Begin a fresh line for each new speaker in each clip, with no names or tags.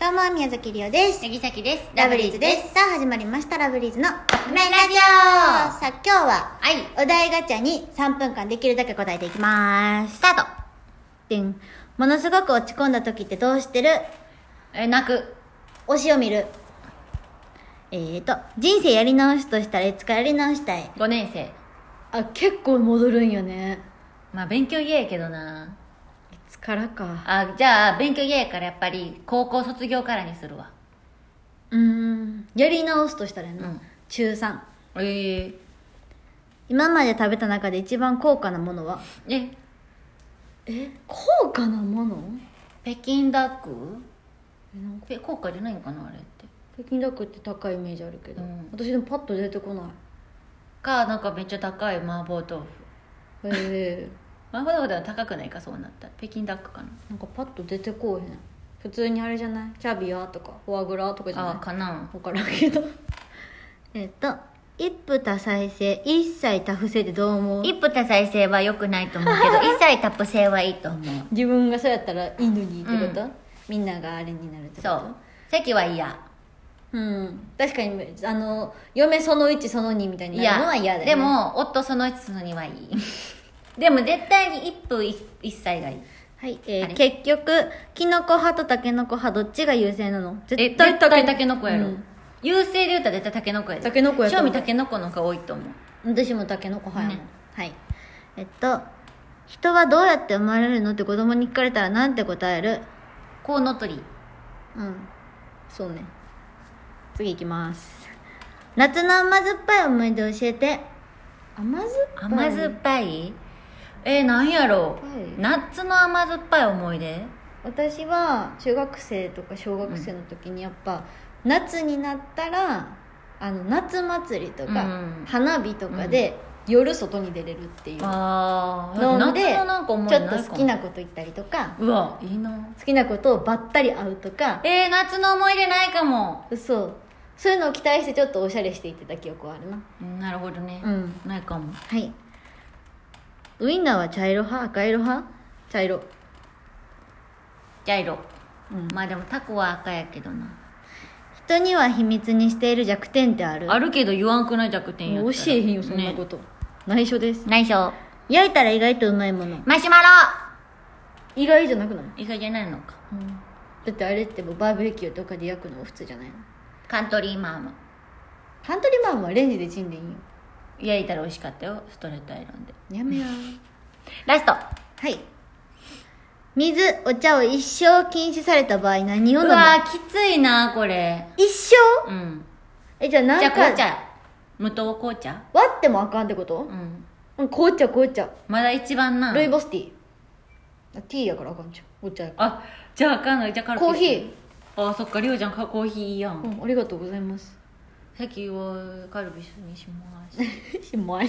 どうも、宮崎りおです。
杉崎です
ラブリーズです。さあ、始まりました、ラブリーズの
メラジ
さあ、今日は、
はい
お題ガチャに3分間できるだけ答えていきます。
スタート
でん。ものすごく落ち込んだ時ってどうしてる
え泣く
推しを見る。えーと、人生やり直すとしたらいつからやり直したい
5年生
あ、結構戻るんよね。
まあ勉強嫌やけどない
つからか。
あじゃあ勉強嫌やからやっぱり高校卒業からにするわ
うーん。やり直すとしたらやな、
うん
中3。
ええ
今まで食べた中で一番高価なものは
え
え高価なもの
北京ダック
えなんか
え高価じゃないんかなあれって
北京ダックって高いイメージあるけど、
うん
私でもパッと出てこない
かなんかめっちゃ高い麻婆豆腐
へえ
麻婆豆腐では高くないかそうなったら北京ダックかな
なんかパッと出てこうへん普通にあれじゃないキャビアとかフォアグラとかじゃない
あかな
分からんけど えっと一夫多妻制一妻多夫制ってどう思う
一夫多妻制は良くないと思うけど 一切多夫制はいいと思う
自分がそうやったらいいのにってこと、
う
みんながあれになるってこと
そう席は嫌
うん確かにあの嫁その1その2みたいになるのは嫌だよ、ね、
でも夫その一つのにはいい でも絶対に一夫一一妻がいい
はい、え
あ
ー、
れ
結局キノコ派とタケノコ派どっちが優勢なの
絶対
タケ
タケノコやろ、
うん
優勢で言うたら絶対タケノコやで
タケノコやと
賞
思う
味タケノコの方が多いと思う
私もタケノコ派やもん、
ね
はいえっと人はどうやって生まれるのって子供に聞かれたらなんて答える
コウノトリ
うんそうね次いきます夏の甘酸っぱい思い出教えて甘酸っぱい
甘酸っぱい、えー、なんやろ
はいう
夏の甘酸っぱい思い出
私は中学生とか小学生の時にやっぱ、夏になったらあの夏祭りとか、
うん
花火とかで、夜外に出れるっていう
あー
ので
夏のなんか思い
ち
出
ょっ
いか
と
も
好きなこと言ったりとか
うわいいな
好きなことをばったり会うとか
えー、夏の思い出ないかも、
そうそういうのを期待してちょっとおしゃれしていってた記憶はあるな
うんなるほどね、
うん
ないかも
はいウインナーは茶色派赤色派茶色
ジャイロ
うん
まあでもタコは赤やけどな
人には秘密にしている弱点ってある
あるけど言わんくない弱点やった
教
ら
えへんよそんなこと、内緒です
内緒
焼いたら意外とうまいもの
マシュマロ
意外じゃなくない、
意外じゃないのか
だってあれってもうバーベキューとかで焼くのが普通じゃないの
カントリーマーム
カントリーマンはレンジでチンでいいよ
焼いたら美味しかったよストレートアイロンで
やめや
ラスト
はい水お茶を一生禁止された場合何
う
を飲む
わーきついなこれ
一生
うん
えじゃあ
じゃ
何
あ
か
紅茶無糖紅茶
割ってもあかんってこ
う
と、
ん
うん、紅茶紅茶
まだ一番な
ルイボスティー、あティーやからあかんじゃんお茶やか
あじゃああかんのじゃあカルピス
コーヒー
あそっかりょうちゃんかコーヒーいいやん、
らうんありがとうございます
席をカルピスにしますい
しまい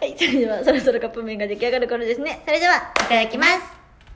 はいそれではそろそろカップ麺が出来上がる頃ですねそれではいただきます